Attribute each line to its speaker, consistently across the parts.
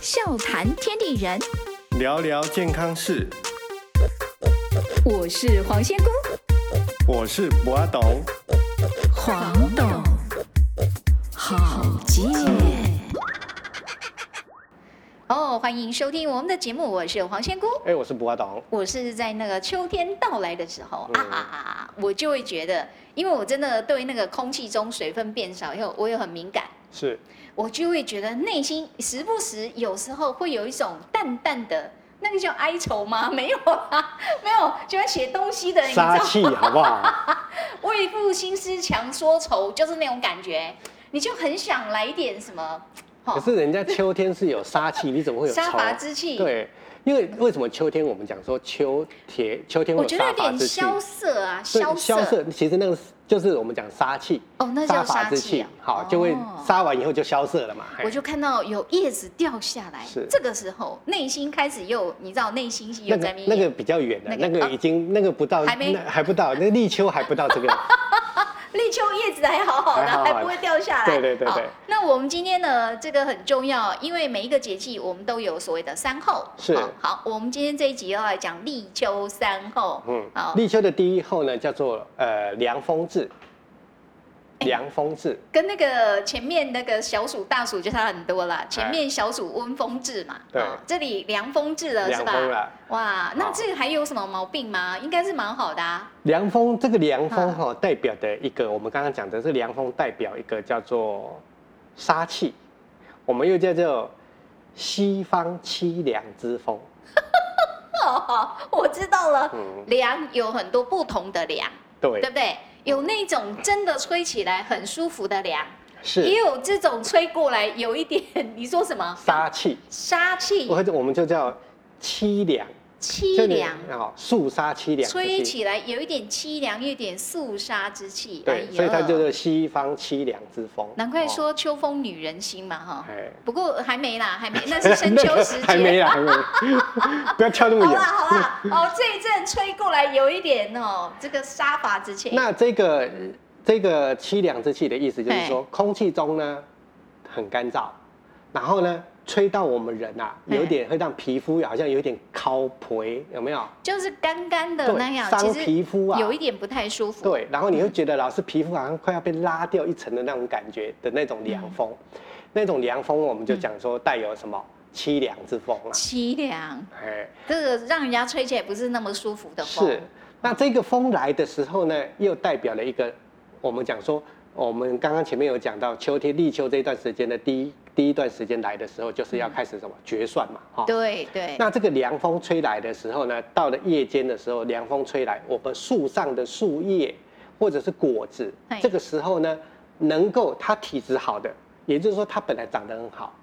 Speaker 1: 笑谈天地人，
Speaker 2: 聊聊健康事，
Speaker 1: 我是黄仙姑
Speaker 2: 我是博阿董。
Speaker 1: 黄董，好贱。哦，欢迎收听我们的节目，我是黄仙姑。
Speaker 2: 哎、我是博阿董。
Speaker 1: 我是在那个秋天到来的时候、啊
Speaker 2: 嗯
Speaker 1: 啊啊啊，我就会觉得，因为我真的对那个空气中水分变少以后，我也很敏感，
Speaker 2: 是，
Speaker 1: 我就会觉得内心时不时有时候会有一种淡淡的。那个叫哀愁吗？ 没有啊，没有，就在写东西的，你知道
Speaker 2: 杀
Speaker 1: 吗
Speaker 2: 气好不 好？
Speaker 1: 为赋新词强说愁，就是那种感觉，你就很想来一点什么，
Speaker 3: 可
Speaker 1: 哦，
Speaker 3: 是 人家秋天是有杀气，你怎么会有
Speaker 1: 杀
Speaker 3: 愁
Speaker 1: 伐之气。，
Speaker 3: 对，因为为什么秋天我们讲说秋天，秋天会
Speaker 1: 我
Speaker 3: 有
Speaker 1: 觉得
Speaker 3: 杀
Speaker 1: 有
Speaker 3: 伐
Speaker 1: 点
Speaker 3: 之气？
Speaker 1: 萧瑟啊，
Speaker 3: 对
Speaker 1: 萧
Speaker 3: 萧瑟，其实那个就是我们讲杀气，
Speaker 1: 哦，那叫
Speaker 3: 伐
Speaker 1: 杀
Speaker 3: 之
Speaker 1: 气啊。
Speaker 3: 好，就会
Speaker 1: 哦
Speaker 3: 杀完以后就萧瑟了嘛。嘿
Speaker 1: 我就看到有叶子掉下来
Speaker 3: 是，
Speaker 1: 这个时候内心开始又，你知道内心戏又
Speaker 3: 那
Speaker 1: 在
Speaker 3: 个
Speaker 1: 那
Speaker 3: 那
Speaker 1: 边
Speaker 3: 个
Speaker 1: 演，
Speaker 3: 比较远的，
Speaker 1: 那
Speaker 3: 那
Speaker 1: 个啊
Speaker 3: 个已经那个不到，
Speaker 1: 还没
Speaker 3: 那还不到，那立秋还不到这个。
Speaker 1: 立秋叶子还好好的，
Speaker 3: 还好好的
Speaker 1: 还不会掉下来。
Speaker 3: 对对对
Speaker 1: 好
Speaker 3: 对
Speaker 1: 那我们今天呢，这个很重要，因为每一个节气我们都有所谓的三候。
Speaker 3: 是
Speaker 1: 好，好我们今天这一集要来讲立秋三候。
Speaker 3: 嗯
Speaker 1: 好，，
Speaker 3: 立秋的第一候呢，叫做呃凉风至，
Speaker 1: 哎
Speaker 3: 凉风至。
Speaker 1: 跟那个前面那个小暑大暑就差很多啦。前面小暑温风至嘛，
Speaker 3: 哎对
Speaker 1: 哦这里凉风至了是
Speaker 3: 凉风
Speaker 1: 吧
Speaker 3: 了？
Speaker 1: 哇，那
Speaker 3: 好
Speaker 1: 这个还有什么毛病吗？应该是蛮好的啊。
Speaker 3: 凉风这个凉风
Speaker 1: 嗯
Speaker 3: 哈、代表的一个，我们刚刚讲的是凉风代表一个叫做杀气，我们又叫做西方凄凉之风。
Speaker 1: 哦，我知道了。
Speaker 3: 嗯，
Speaker 1: 凉有很多不同的凉，
Speaker 3: 对
Speaker 1: 对，不对？有那种真的吹起来很舒服的凉，也
Speaker 3: 是
Speaker 1: 有这种吹过来有一点，你说什么
Speaker 3: 杀气，
Speaker 1: 杀气、
Speaker 3: 或者我们就叫凄凉，
Speaker 1: 凄凉，
Speaker 3: 啊，肃杀凄凉之气，
Speaker 1: 吹起来有一点凄凉，有一点肃杀之气。哎
Speaker 3: 对，
Speaker 1: 呦
Speaker 3: 所以它叫做西方凄凉之风。
Speaker 1: 难怪
Speaker 3: 哦，
Speaker 1: 说秋风女人心嘛，哈。
Speaker 3: 哎，
Speaker 1: 不过还没啦，还没，那是深 秋时节。
Speaker 3: 还没啦，还没， 不要跳那么
Speaker 1: 好
Speaker 3: 远
Speaker 1: 啦。好啦，哦，这一阵吹过来有一点哦，这个杀伐之气。
Speaker 3: 那这个这个凄凉之气的意思就是说，空气中呢很干燥，然后呢吹到我们人啊，
Speaker 1: 嘿
Speaker 3: 有点会让皮肤好像有点烤婆，有没有？
Speaker 1: 就是干干的那
Speaker 3: 对，
Speaker 1: 样，
Speaker 3: 伤
Speaker 1: 其实
Speaker 3: 皮肤啊，
Speaker 1: 有一点不太舒服。
Speaker 3: 对，然后你会觉得老是皮肤好像快要被拉掉一层的那种感觉的那种凉风，
Speaker 1: 嗯
Speaker 3: 那种凉风我们就讲说带有什么凄凉之风啊，
Speaker 1: 凄凉，
Speaker 3: 哎，
Speaker 1: 这个让人家吹起来不是那么舒嗯服的风。
Speaker 3: 是，那这个风来的时候呢，又代表了一个，我们讲说，我们刚刚前面有讲到秋天立秋这一段时间的第一第一段时间来的时候，就是要
Speaker 1: 嗯
Speaker 3: 开始什么决算嘛，哈、
Speaker 1: 对对，
Speaker 3: 那这个凉风吹来的时候呢，到了夜间的时候，凉风吹来，我们树上的树叶或者是果子
Speaker 1: 哎，
Speaker 3: 这个时候呢，能够它体质好的，也就是说它本来长得很好，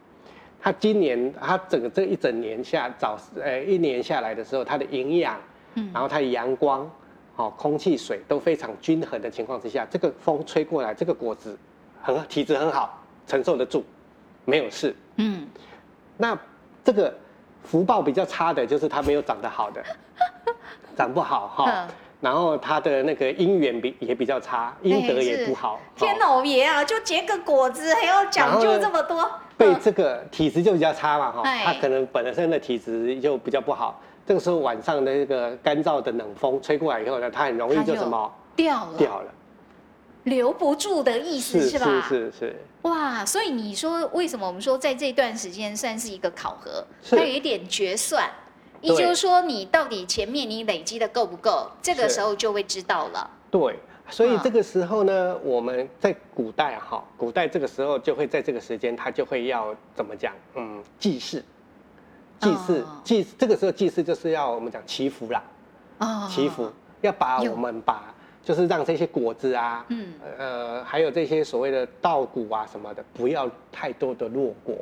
Speaker 3: 它今年它整个这一整年下早呃一年下来的时候，它的营养，
Speaker 1: 嗯
Speaker 3: 然后它的阳光，好、空气水都非常均衡的情况之下，这个风吹过来，这个果子很体质很好，承受得住，没有事。
Speaker 1: 嗯，
Speaker 3: 那这个福报比较差的，就是它没有长得 好的，长不好哈
Speaker 1: 嗯。
Speaker 3: 然后它的那个姻缘比也比较差，阴德也不好。
Speaker 1: 天
Speaker 3: 哦
Speaker 1: 老爷啊，就结个果子还要讲究这么多，
Speaker 3: 被
Speaker 1: 嗯
Speaker 3: 这个体质就比较差嘛哈
Speaker 1: 哎，
Speaker 3: 它可能本身的体质就比较不好。这个时候晚上的那个干燥的冷风吹过来以后呢，它很容易就什么
Speaker 1: 掉了，
Speaker 3: 掉了，
Speaker 1: 留不住的意思是吧？
Speaker 3: 是是是，
Speaker 1: 哇，所以你说为什么我们说在这段时间算是一个考核，
Speaker 3: 是
Speaker 1: 它有一点决算，也
Speaker 3: 对
Speaker 1: 就是说你到底前面你累积的够不够，这个
Speaker 3: 是
Speaker 1: 时候就会知道了。
Speaker 3: 对，所以
Speaker 1: 嗯
Speaker 3: 这个时候呢，我们在古代哈，古代这个时候就会在这个时间，他就会要怎么讲？嗯，祭祀，祭祀
Speaker 1: 哦，
Speaker 3: 祭祀这个时候祭祀就是要我们讲祈福啦，
Speaker 1: 哦
Speaker 3: 祈福，要把
Speaker 1: 有
Speaker 3: 我们把就是让这些果子啊，
Speaker 1: 嗯
Speaker 3: 呃，还有这些所谓的稻谷啊什么的，不要太多的落果，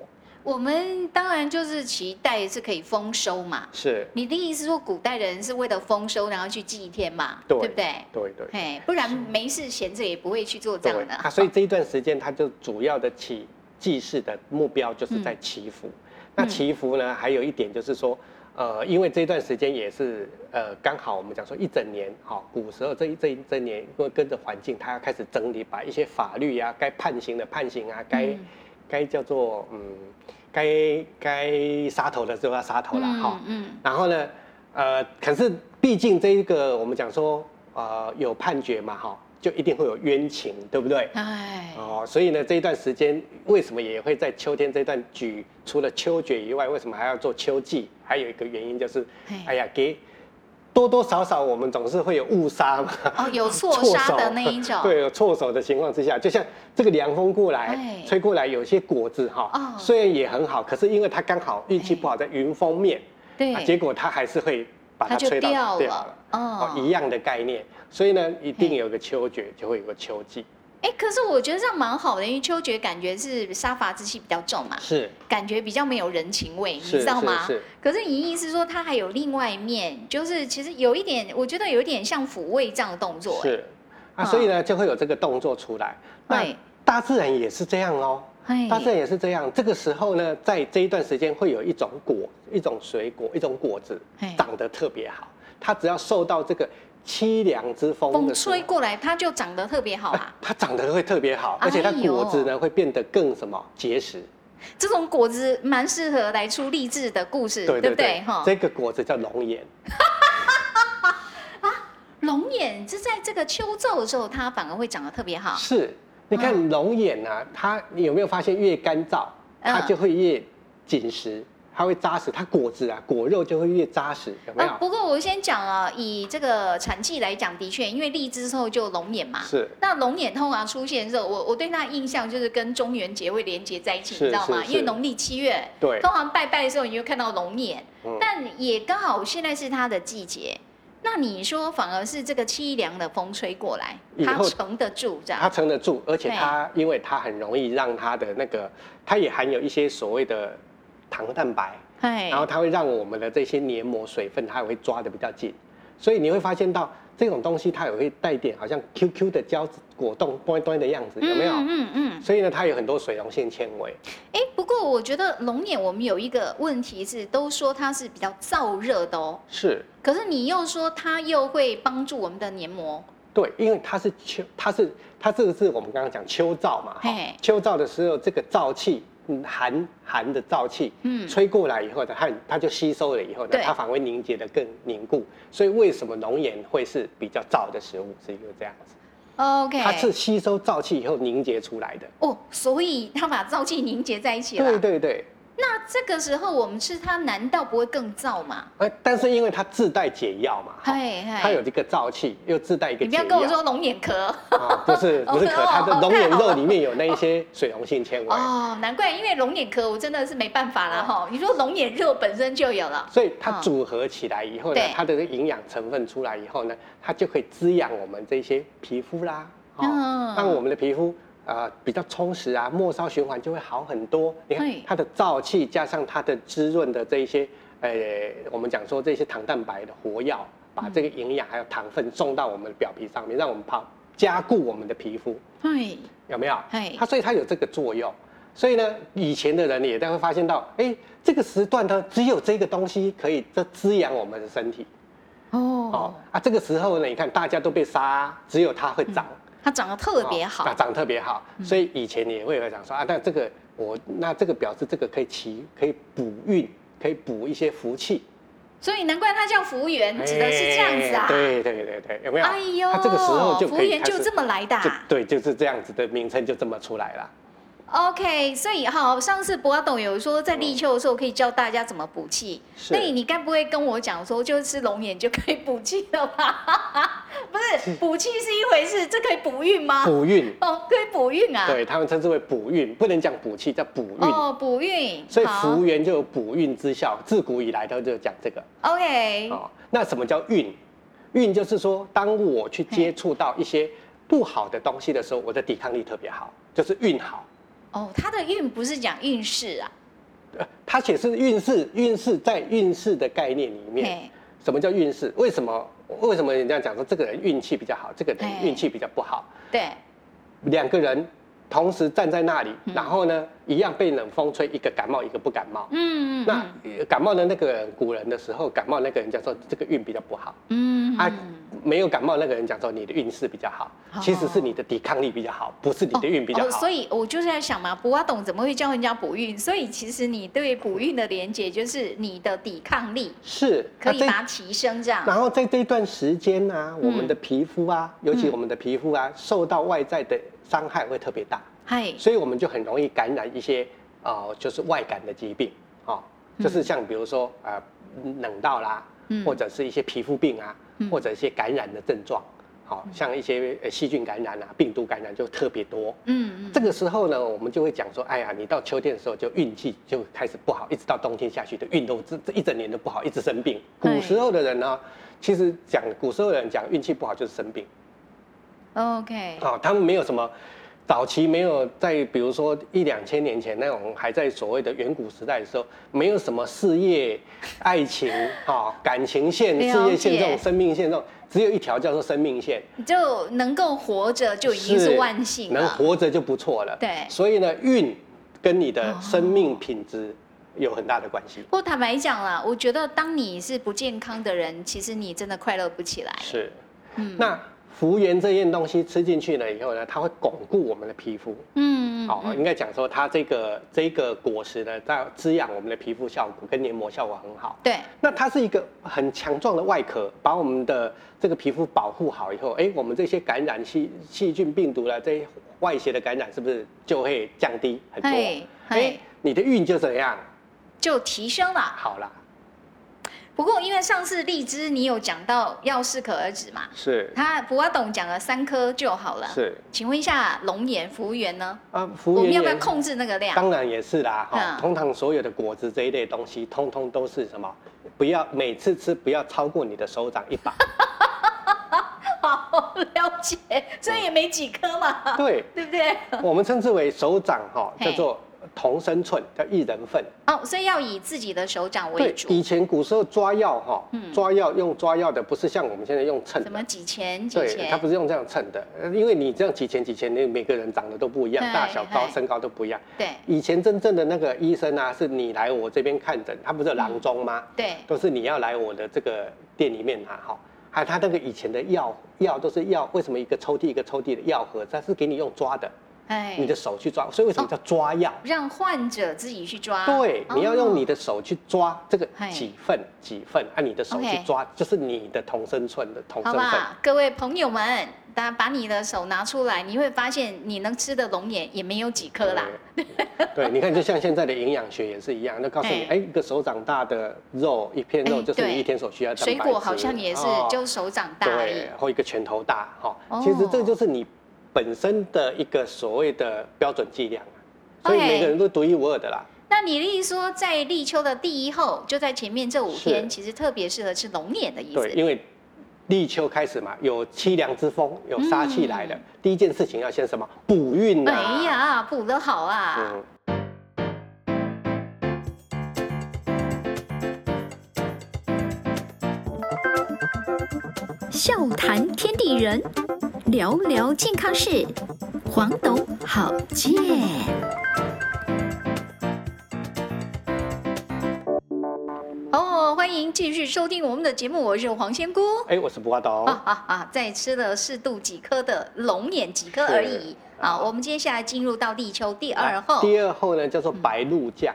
Speaker 1: 我们当然就是期待是可以丰收嘛。
Speaker 3: 是，
Speaker 1: 你的意思说，古代人是为了丰收，然后去祭天嘛，
Speaker 3: 对
Speaker 1: 不对？
Speaker 3: 对对。
Speaker 1: 嘿，不然没事闲着也不会去做这
Speaker 3: 对
Speaker 1: 样的。
Speaker 3: 啊，所以这一段时间，他就主要的祈祭祀的目标就是
Speaker 1: 嗯
Speaker 3: 在祈福。那祈福呢，还有一点就是说，呃，因为这段时间也是呃，刚好我们讲说一整年，好、古时候这一这一整年，因为跟着环境，他要开始整理，把一些法律啊，该判刑的判刑啊，该、
Speaker 1: 嗯
Speaker 3: 该叫做嗯，该该杀头的时候要杀头了哈、
Speaker 1: 嗯
Speaker 3: 然后呢，呃，可是毕竟这一个我们讲说，呃，有判决嘛哈，就一定会有冤情，对不对
Speaker 1: 嗯，？哎，
Speaker 3: 哦，所以呢，这一段时间为什么也会在秋天这段举，除了秋决以外，为什么还要做秋季？还有一个原因就是
Speaker 1: 嘿，
Speaker 3: 哎呀，给多多少少我们总是会有误杀嘛，
Speaker 1: 哦， 有错
Speaker 3: 错
Speaker 1: 杀
Speaker 3: 手
Speaker 1: 的那一种，
Speaker 3: 对，有错手的情况之下，就像这个凉风过来
Speaker 1: 哎，
Speaker 3: 吹过来，有些果子哈、
Speaker 1: 哦
Speaker 3: 虽然也很好，可是因为它刚好运气不好，在云封面，啊结
Speaker 1: 对，
Speaker 3: 果它还是会把
Speaker 1: 它
Speaker 3: 它
Speaker 1: 就
Speaker 3: 吹到
Speaker 1: 掉了，
Speaker 3: 哦，
Speaker 1: 哦
Speaker 3: 一。样的概念，所以呢，一定
Speaker 1: 嘿
Speaker 3: 有个秋决，就会有个秋季。
Speaker 1: 哎，可是我觉得这样蛮好的，因为秋决感觉是杀伐之气比较重嘛，
Speaker 3: 是
Speaker 1: 感觉比较没有人情味，你
Speaker 3: 是
Speaker 1: 知道
Speaker 3: 是
Speaker 1: 吗？
Speaker 3: 是，
Speaker 1: 可是你意思说它还有另外一面，就是其实有一点，我觉得有一点像抚慰这样的动作。哎，
Speaker 3: 是啊，
Speaker 1: 嗯
Speaker 3: 所以呢，就会有这个动作出来。那
Speaker 1: 对
Speaker 3: 大自然也是这样哦，
Speaker 1: 哎
Speaker 3: 大自然也是这样。这个时候呢，在这一段时间会有一种果、一种水果、一种果子
Speaker 1: 嘿
Speaker 3: 长得特别好，它只要受到这个凄凉之风
Speaker 1: 风
Speaker 3: 的时候
Speaker 1: 吹。过来，它就长得特别好 啊。
Speaker 3: 它长得会特别好，
Speaker 1: 哎
Speaker 3: 而且它
Speaker 1: 呦
Speaker 3: 果子呢会变得更什么结实，
Speaker 1: 这种果子蛮适合来出励志的故事，
Speaker 3: 对
Speaker 1: 不对？哈，
Speaker 3: 这个果子叫龙眼，
Speaker 1: 龙眼是在这个秋奏的时候，它反而会长得特别好。
Speaker 3: 是，你看龙眼啊，它你有没有发现越干燥，
Speaker 1: 嗯
Speaker 3: 它就会越紧实，它会扎实，它果子啊果肉就会越扎实，有没有？
Speaker 1: 啊，不过我先讲啊，以这个产季来讲，的确，因为荔枝之后就龙眼嘛。
Speaker 3: 是
Speaker 1: 那龙眼通常出现的时候，我我对它的印象就是跟中元节会连接在一起，
Speaker 3: 是
Speaker 1: 你知道吗？
Speaker 3: 是是
Speaker 1: 因为农历七月，
Speaker 3: 对
Speaker 1: 通常拜拜的时候你就看到龙眼，
Speaker 3: 嗯
Speaker 1: 但也刚好现在是它的季节。那你说反而是这个凄凉的风吹过来，
Speaker 3: 以
Speaker 1: 它
Speaker 3: 后
Speaker 1: 撑得住这
Speaker 3: 它
Speaker 1: 样？
Speaker 3: 撑得住，而且
Speaker 1: 对
Speaker 3: 它因为它很容易让它的那个，它也含有一些所谓的糖蛋白，
Speaker 1: 哎
Speaker 3: 然后它会让我们的这些黏膜水分，它也会抓得比较紧，所以你会发现到这种东西，它也会带一点好像 QQ 的胶质果冻端端的样子，有没有？
Speaker 1: 嗯嗯嗯。
Speaker 3: 所以呢，它有很多水溶性纤维，
Speaker 1: 哎、不过我觉得龙眼我们有一个问题是，都说它是比较燥热的哦，
Speaker 3: 是
Speaker 1: 可是你又说它又会帮助我们的黏膜，
Speaker 3: 对，因为它是秋，它是它这个是我们刚刚讲秋燥嘛，哈
Speaker 1: 嘿，
Speaker 3: 秋燥的时候，这个燥气，嗯寒寒的燥气，
Speaker 1: 嗯
Speaker 3: 吹过来以后呢，它它就吸收了以后呢
Speaker 1: 对，
Speaker 3: 它反而会凝结的更凝固。所以为什么龙眼会是比较燥的食物，是因为这样子，
Speaker 1: ，OK，
Speaker 3: 它是吸收燥气以后凝结出来的。
Speaker 1: 哦，所以它把燥气凝结在一起了。
Speaker 3: 对对对，
Speaker 1: 那这个时候我们吃它，难道不会更燥吗？
Speaker 3: 呃，但是因为它自带解药嘛，哈
Speaker 1: 嘿嘿，
Speaker 3: 它有这个燥气，又自带一
Speaker 1: 你
Speaker 3: 个
Speaker 1: 不
Speaker 3: 解
Speaker 1: 要
Speaker 3: 药。
Speaker 1: 跟我说龙眼壳
Speaker 3: 啊，不是不是
Speaker 1: 哦
Speaker 3: 壳，它
Speaker 1: 哦
Speaker 3: 的龙眼
Speaker 1: 太好
Speaker 3: 肉
Speaker 1: 了
Speaker 3: 里面有那一些水溶性纤维。
Speaker 1: 哦，难怪，因为龙眼壳我真的是没办法了
Speaker 3: 哦
Speaker 1: 哈。你说龙眼肉本身就有了，
Speaker 3: 所以它组合起来以后
Speaker 1: 嗯
Speaker 3: 呢
Speaker 1: 对，
Speaker 3: 它的营养成分出来以后呢，它就可以滋养我们这些皮肤啦，哦
Speaker 1: 嗯，
Speaker 3: 让我们的皮肤啊比较充实啊，末梢循环就会好很多。你看
Speaker 1: 对
Speaker 3: 它的燥气加上它的滋润的这一些，呃，我们讲说这些糖蛋白的活药，把这个
Speaker 1: 嗯
Speaker 3: 营养还有糖分送到我们的表皮上面，让我们跑加固我们的皮肤。
Speaker 1: 嘿，
Speaker 3: 有没有
Speaker 1: 嘿？
Speaker 3: 它所以它有这个作用。所以呢，以前的人也都会发现到，哎、这个时段呢，只有这个东西可以这滋养我们的身体。哦
Speaker 1: 哦，嗯
Speaker 3: 啊，这个时候呢，你看大家都被杀，只有它会长，
Speaker 1: 它长得特别
Speaker 3: 哦啊
Speaker 1: 好，
Speaker 3: 长特别好。
Speaker 1: 嗯
Speaker 3: 所以以前也会有人讲说啊，那这个我那这个表示这个可以祈，可以补运，可以补一些福气。
Speaker 1: 所以难怪它叫服务员，指的是这样子啊
Speaker 3: 哎。对对对对，有没有？啊
Speaker 1: 哎呦，
Speaker 3: 它这个时候就
Speaker 1: 服
Speaker 3: 可
Speaker 1: 务
Speaker 3: 以
Speaker 1: 员
Speaker 3: 开始
Speaker 1: 就这么来的啊、
Speaker 3: 就对，就是这样子的名称就这么出来了。
Speaker 1: OK，所以好，上次博阿董有说在立秋的时候可以教大家怎么补气，
Speaker 3: 是
Speaker 1: 那你你该不会跟我讲说就是吃龙眼就可以补气了吧？ 不是，补气是一回事，这可以补运吗？
Speaker 3: 补运。
Speaker 1: 哦，可以补运啊。
Speaker 3: 对他们称之为补运，不能讲补气，叫补运。
Speaker 1: 哦，补运。
Speaker 3: 所以
Speaker 1: 好
Speaker 3: 服务员就有补运之效，自古以来他就讲这个。
Speaker 1: OK，
Speaker 3: 哦，那什么叫运？运就是说，当我去接触到一些不好的东西的时候，我的抵抗力特别好，就是运好。
Speaker 1: 哦，它的运不是讲运势啊，
Speaker 3: 呃，它写是运势，运势在运势的概念里面，
Speaker 1: 嘿，
Speaker 3: 什么叫运势？为什么为什么人家讲说这个人运气比较好，这个人
Speaker 1: 嘿
Speaker 3: 运气比较不好？
Speaker 1: 对，
Speaker 3: 两个人同时站在那里，
Speaker 1: 嗯
Speaker 3: 然后呢，一样被冷风吹，一个感冒，一个不感冒。
Speaker 1: 嗯，嗯
Speaker 3: 那呃感冒的那个人古人的时候，感冒那个人家说这个运比较不好、
Speaker 1: 嗯，
Speaker 3: 啊
Speaker 1: 嗯，
Speaker 3: 没有感冒那个人讲说你的运势比较好，
Speaker 1: 哦
Speaker 3: 其实是你的抵抗力比较好，不是你的运比较好。
Speaker 1: 哦，所以我就是在想嘛，卜阿董怎么会教人家补运？所以其实你对补运的连接就是你的抵抗力
Speaker 3: 是啊
Speaker 1: 可以
Speaker 3: 那这
Speaker 1: 把它嗯提升，这样。
Speaker 3: 然后在这段时间呢、我们的皮肤啊，尤
Speaker 1: 嗯
Speaker 3: 其我们的皮肤啊，受到外在的伤害会特别大，
Speaker 1: 嗨，
Speaker 3: 所以我们就很容易感染一些呃，就是外感的疾病哦，就是像比如说呃冷到啦，
Speaker 1: 嗯
Speaker 3: 或者是一些皮肤病啊，
Speaker 1: 嗯
Speaker 3: 或者一些感染的症状，好、像一些呃细菌感染啊、病毒感染就特别多。
Speaker 1: 嗯嗯，
Speaker 3: 这个时候呢，我们就会讲说，哎呀，你到秋天的时候就运气就开始不好，一直到冬天下去的运都这这一整年都不好，一直生病。
Speaker 1: 对
Speaker 3: 古时候的人呢，其实讲古时候的人讲运气不好就是生病
Speaker 1: OK，
Speaker 3: 啊、哦，他们没有什么早期没有在比如说一两千年前那种还在所谓的远古时代的时候，没有什么事业、爱情、哈、感情线、
Speaker 1: 了解
Speaker 3: 事业线这种生命线这种，只有一条叫做生命线。
Speaker 1: 就能够活着就已经是万幸了。
Speaker 3: 能活着就不错了。
Speaker 1: 对哦
Speaker 3: 所以呢，运跟你的生命品质有很大的关系。
Speaker 1: 不过坦白讲啦，我觉得当你是不健康的人，其实你真的快乐不起来。
Speaker 3: 是，
Speaker 1: 嗯
Speaker 3: 那福源这件东西吃进去了以后呢，它会巩固我们的皮肤。
Speaker 1: 嗯，
Speaker 3: 哦，应该讲说它这个这个果实呢，在滋养我们的皮肤效果跟黏膜效果很好。
Speaker 1: 对，
Speaker 3: 那它是一个很强壮的外壳，把我们的这个皮肤保护好以后，哎、我们这些感染细细菌、病毒啦，这些外邪的感染是不是就会降低很多？
Speaker 1: 嘿
Speaker 3: 哎、
Speaker 1: 嘿
Speaker 3: 你的运就怎样？
Speaker 1: 就提升了。
Speaker 3: 好啦，
Speaker 1: 不过因为上次荔枝你有讲到要适可而止嘛，
Speaker 3: 是
Speaker 1: 他卜阿董讲了三颗就好了。
Speaker 3: 是
Speaker 1: 请问一下龙眼服务员呢？
Speaker 3: 啊，服
Speaker 1: 我
Speaker 3: 务
Speaker 1: 们要
Speaker 3: 员
Speaker 1: 不要
Speaker 3: 也
Speaker 1: 控制那个量？
Speaker 3: 当然也是啦，哈、
Speaker 1: 嗯
Speaker 3: 通常所有的果子这一类东西，通通都是什么？不要每次吃不要超过你的手掌一把，
Speaker 1: 好， 了解，所以也没几颗嘛，
Speaker 3: 对，
Speaker 1: 对不对？
Speaker 3: 我们称之为手掌哈，
Speaker 1: 嘿
Speaker 3: 叫做同身寸，叫一人份。
Speaker 1: 哦，所以要以自己的手掌为
Speaker 3: 对，
Speaker 1: 主，
Speaker 3: 以前古时候抓药哈，抓药用抓药的，不是像我们现在用秤
Speaker 1: 什
Speaker 3: 的
Speaker 1: 么。几钱几
Speaker 3: 对，他
Speaker 1: 钱
Speaker 3: 不，是用这样秤的，呃因为你这样几钱几钱，你每个人长得都不一样
Speaker 1: 对，
Speaker 3: 大小高
Speaker 1: 嘿
Speaker 3: 身高都不一样。
Speaker 1: 对
Speaker 3: 以前真正的那个医生啊，是你来我这边看诊，他不是有郎中吗？
Speaker 1: 对，
Speaker 3: 都是你要来我的这个店里面拿哈。还有他那个以前的药药都是药，为什么一个抽屉一个抽屉的药盒，它是给你用抓的，
Speaker 1: 哎
Speaker 3: 你的手去抓，所以为什
Speaker 1: 哦
Speaker 3: 么叫抓药？
Speaker 1: 让患者自己去抓，哦
Speaker 3: 对，你要用你
Speaker 1: 的，
Speaker 3: 的手去抓这个
Speaker 1: 啊哦嘿
Speaker 3: 几份几份，按、啊、你的手去
Speaker 1: OK
Speaker 3: 抓，就是你的同生寸的同
Speaker 1: 好
Speaker 3: 生份。
Speaker 1: 吧，各位朋友们，大家把你的手拿出来，你会发现你能吃的龙眼也没有几颗啦，
Speaker 3: 对。对，你看，就像现在的营养学也是一样，那告诉你，
Speaker 1: 哎
Speaker 3: 哎、一个手掌大的肉，一片
Speaker 1: 哎
Speaker 3: 肉就是
Speaker 1: 对
Speaker 3: 你一天所需要的蛋
Speaker 1: 水
Speaker 3: 白
Speaker 1: 果
Speaker 3: 质
Speaker 1: 好像也是
Speaker 3: 哦
Speaker 1: 就手掌大而已
Speaker 3: 对，，啊或一个拳头大哈、
Speaker 1: 哦
Speaker 3: 其实这就是你本身的一个所谓的标准剂量啊，所以
Speaker 1: OK
Speaker 3: 每个人都独一无二的啦。
Speaker 1: 那你的意思说，在立秋的第一后，就在前面这五天，
Speaker 3: 是
Speaker 1: 其实特别适合吃龙眼的意
Speaker 3: 对，
Speaker 1: 思。
Speaker 3: 因为立秋开始嘛，有凄凉之风，有杀气来了、第一件事情要先什么？补运啊。
Speaker 1: 嗯哎呀，补得好啊！
Speaker 3: 嗯，
Speaker 4: 笑谈天地人，聊聊健康事，黄董好健。
Speaker 1: 哦，欢迎继续收听我们的节目，我是黄仙姑。
Speaker 3: 哎、我是不花刀。
Speaker 1: 啊啊
Speaker 3: 哦
Speaker 1: 啊！在吃了适度几颗的龙眼，几颗而已。好，我们接下来进入到立秋第二后，
Speaker 3: 啊第二后呢叫做白露酱，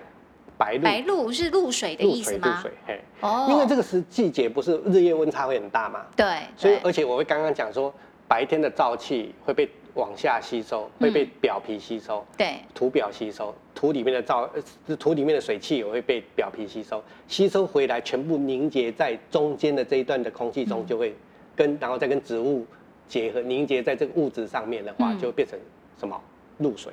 Speaker 3: 白露
Speaker 1: 白露是露水的
Speaker 3: 露
Speaker 1: 意思
Speaker 3: 水露
Speaker 1: 吗
Speaker 3: 水？，嘿，
Speaker 1: 哦
Speaker 3: 因为这个时季节不是日夜温差会很大嘛，
Speaker 1: 对，
Speaker 3: 所以
Speaker 1: 对
Speaker 3: 而且我会刚刚讲说，白天的燥气会被往下吸收，会
Speaker 1: 嗯
Speaker 3: 被表皮吸收，
Speaker 1: 对
Speaker 3: 土表吸收，土里面的燥，呃土里面的水汽也会被表皮吸收，吸收回来全部凝结在中间的这一段的空气中，就会跟然后再跟植物结合，凝结在这个物质上面的话，
Speaker 1: 嗯
Speaker 3: 就会变成什么露水。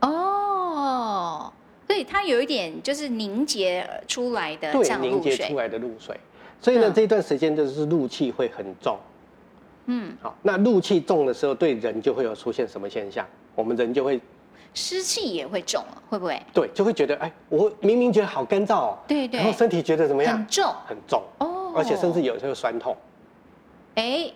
Speaker 1: 哦，所以它有一点就是凝结出来的这
Speaker 3: 对，
Speaker 1: 样
Speaker 3: 凝
Speaker 1: 露
Speaker 3: 结
Speaker 1: 水
Speaker 3: 出。来的露水。所以呢，
Speaker 1: 嗯
Speaker 3: 这一段时间就是露气会很重。
Speaker 1: 嗯，
Speaker 3: 好，那露气重的时候，对人就会有出现什么现象？我们人就会
Speaker 1: 湿气也会重了，会不会？
Speaker 3: 对，就会觉得哎，我明明觉得好干燥哦，
Speaker 1: 对对
Speaker 3: 然后身体觉得怎么样
Speaker 1: 很？重
Speaker 3: 很重，
Speaker 1: 哦
Speaker 3: 啊而且甚至有时候酸痛，
Speaker 1: 哎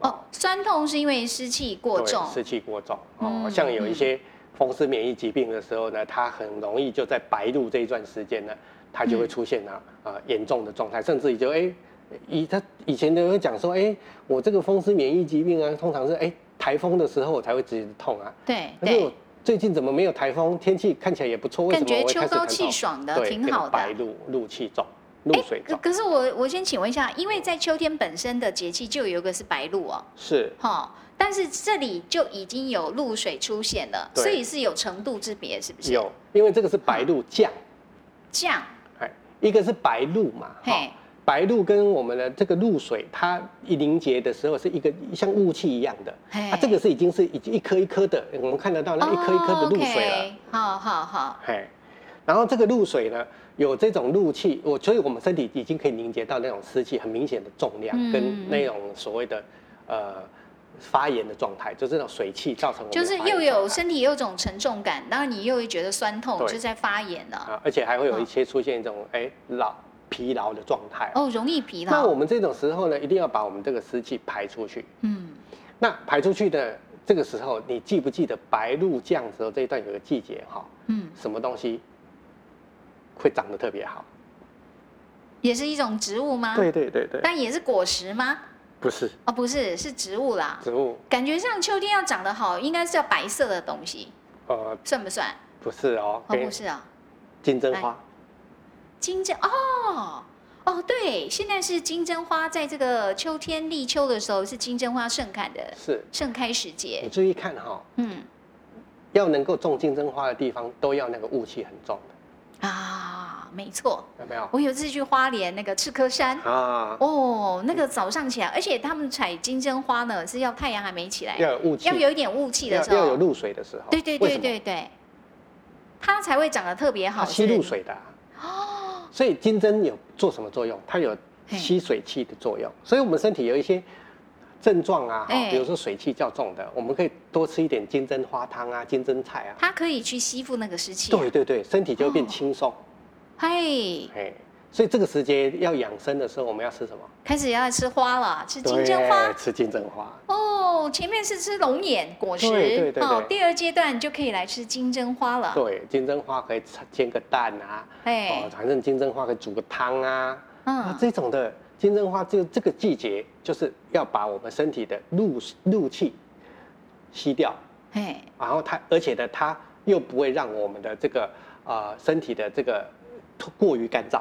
Speaker 1: 哦，酸痛是因为湿气过
Speaker 3: 对
Speaker 1: 重，
Speaker 3: 湿气过重哦。
Speaker 1: 嗯
Speaker 3: 像有一些风湿免疫疾病的时候呢，它很容易
Speaker 1: 嗯
Speaker 3: 啊就在白露这一段时间呢，它就会出现了呃严重的状态，甚至于就哎以他以前都会讲说，哎，我这个风湿免疫疾病啊，通常是哎台风的时候我才会直接痛啊。
Speaker 1: 对
Speaker 3: 可是我
Speaker 1: 对，
Speaker 3: 最近怎么没有台风？天气看起来也不错，为
Speaker 1: 感
Speaker 3: 什么
Speaker 1: 觉
Speaker 3: 我会
Speaker 1: 秋
Speaker 3: 开始
Speaker 1: 高
Speaker 3: 疼
Speaker 1: 气
Speaker 3: 痛？
Speaker 1: 爽的，
Speaker 3: 对，
Speaker 1: 挺
Speaker 3: 这个
Speaker 1: 好的。
Speaker 3: 白露露气重，露
Speaker 1: 哎
Speaker 3: 水
Speaker 1: 可
Speaker 3: 重
Speaker 1: 可是我我先请问一下，因为在秋天本身的节气就有一个是白露哦，
Speaker 3: 是
Speaker 1: 哈，但是这里就已经有露水出现了，
Speaker 3: 对
Speaker 1: 所以是有程度之别，是不是？
Speaker 3: 有，因为这个是白露降，
Speaker 1: 降，
Speaker 3: 哎，一个是白露嘛，哈
Speaker 1: 嘿，，
Speaker 3: 白露跟我们的这个露水，它一凝结的时候是一个像雾气一样的，
Speaker 1: 嘿
Speaker 3: 啊，这个是已经是已经一颗一颗的，我们看得到那一颗一颗的露水啊
Speaker 1: 哦
Speaker 3: 了，
Speaker 1: ，OK，好好好，
Speaker 3: 嘿，然后这个露水呢，有这种露气，我所以我们身体已经可以凝结到那种湿气很明显的重量，
Speaker 1: 嗯
Speaker 3: 跟那种所谓的呃发炎的状态，就是那种水汽造成我们
Speaker 1: 就是
Speaker 3: 发炎
Speaker 1: 又
Speaker 3: 的状
Speaker 1: 有
Speaker 3: 态
Speaker 1: 身体又有种沉重感，然后你又会觉得酸痛，
Speaker 3: 对
Speaker 1: 就在发炎了，
Speaker 3: 啊，而且还会有一些出现一种哎、老疲劳的状态。
Speaker 1: 哦，容易疲
Speaker 3: 那我
Speaker 1: 劳，
Speaker 3: 们这种时候呢，一定要把我们这个湿气排出去。
Speaker 1: 嗯，
Speaker 3: 那排出去的这个时候，你记不记得白露降的时候这一段有个季节哈、
Speaker 1: 嗯，
Speaker 3: 什么东西会长得特别好？
Speaker 1: 也是一种植物吗？，
Speaker 3: 对对对对，
Speaker 1: 啊但也是果实吗？
Speaker 3: 不是
Speaker 1: 哦，不是，是植物啦。
Speaker 3: 植物，
Speaker 1: 感觉上秋天要长得好，应该是要白色的东西，
Speaker 3: 呃，
Speaker 1: 算不算？
Speaker 3: 不是哦，
Speaker 1: 哦，
Speaker 3: 给
Speaker 1: 不是啊、
Speaker 3: 金针花，
Speaker 1: 金针哦哦，对，现在是金针花，在这个秋天立秋的时候是金针花盛开的
Speaker 3: 是
Speaker 1: 盛开时
Speaker 3: 你
Speaker 1: 节。
Speaker 3: 注意看哈、
Speaker 1: 嗯
Speaker 3: 要能够种金针花的地方，都要那个雾气很重的，
Speaker 1: 啊，没错，
Speaker 3: 有没有？
Speaker 1: 我有次去花莲那个赤科山。
Speaker 3: 啊，
Speaker 1: 哦，那个早上起来，而且他们采金针花呢，是要太阳还没起来，
Speaker 3: 要有雾气，
Speaker 1: 要有一点雾气的
Speaker 3: 要
Speaker 1: 时候，
Speaker 3: 要有露水的时候，
Speaker 1: 对对
Speaker 3: 为
Speaker 1: 对
Speaker 3: 什么
Speaker 1: 对对，它才会长得特别
Speaker 3: 它
Speaker 1: 好。
Speaker 3: 吸
Speaker 1: 是
Speaker 3: 入水的、哦，所以金针有做什么作用？它有
Speaker 1: 嘿
Speaker 3: 吸水气的作用，所以我们身体有一些症状啊，哈
Speaker 1: 哎
Speaker 3: 比如说水气较重的，我们可以多吃一点金针花汤啊、金针菜啊，
Speaker 1: 它可以去吸附那个湿气、啊。
Speaker 3: 对，对对，身体就会变轻松，
Speaker 1: 嘿，
Speaker 3: 哎、所以这个时节要养生的时候，我们要吃什么？
Speaker 1: 开始要吃花了，吃金针花
Speaker 3: 对。吃金针花，
Speaker 1: 哦，前面是吃龙眼果实，
Speaker 3: 对对对
Speaker 1: 哦
Speaker 3: 对，
Speaker 1: 第二阶段就可以来吃金针花了。
Speaker 3: 对，金针花可以煎个蛋啊，
Speaker 1: 哎
Speaker 3: 哦，，反正金针花可以煮个汤啊，那
Speaker 1: 嗯，
Speaker 3: 这种的金针花，这这个季节就是要把我们身体的露露气吸掉，
Speaker 1: 哎，
Speaker 3: 然后它，而且呢，它又不会让我们的这个呃身体的这个过于干燥。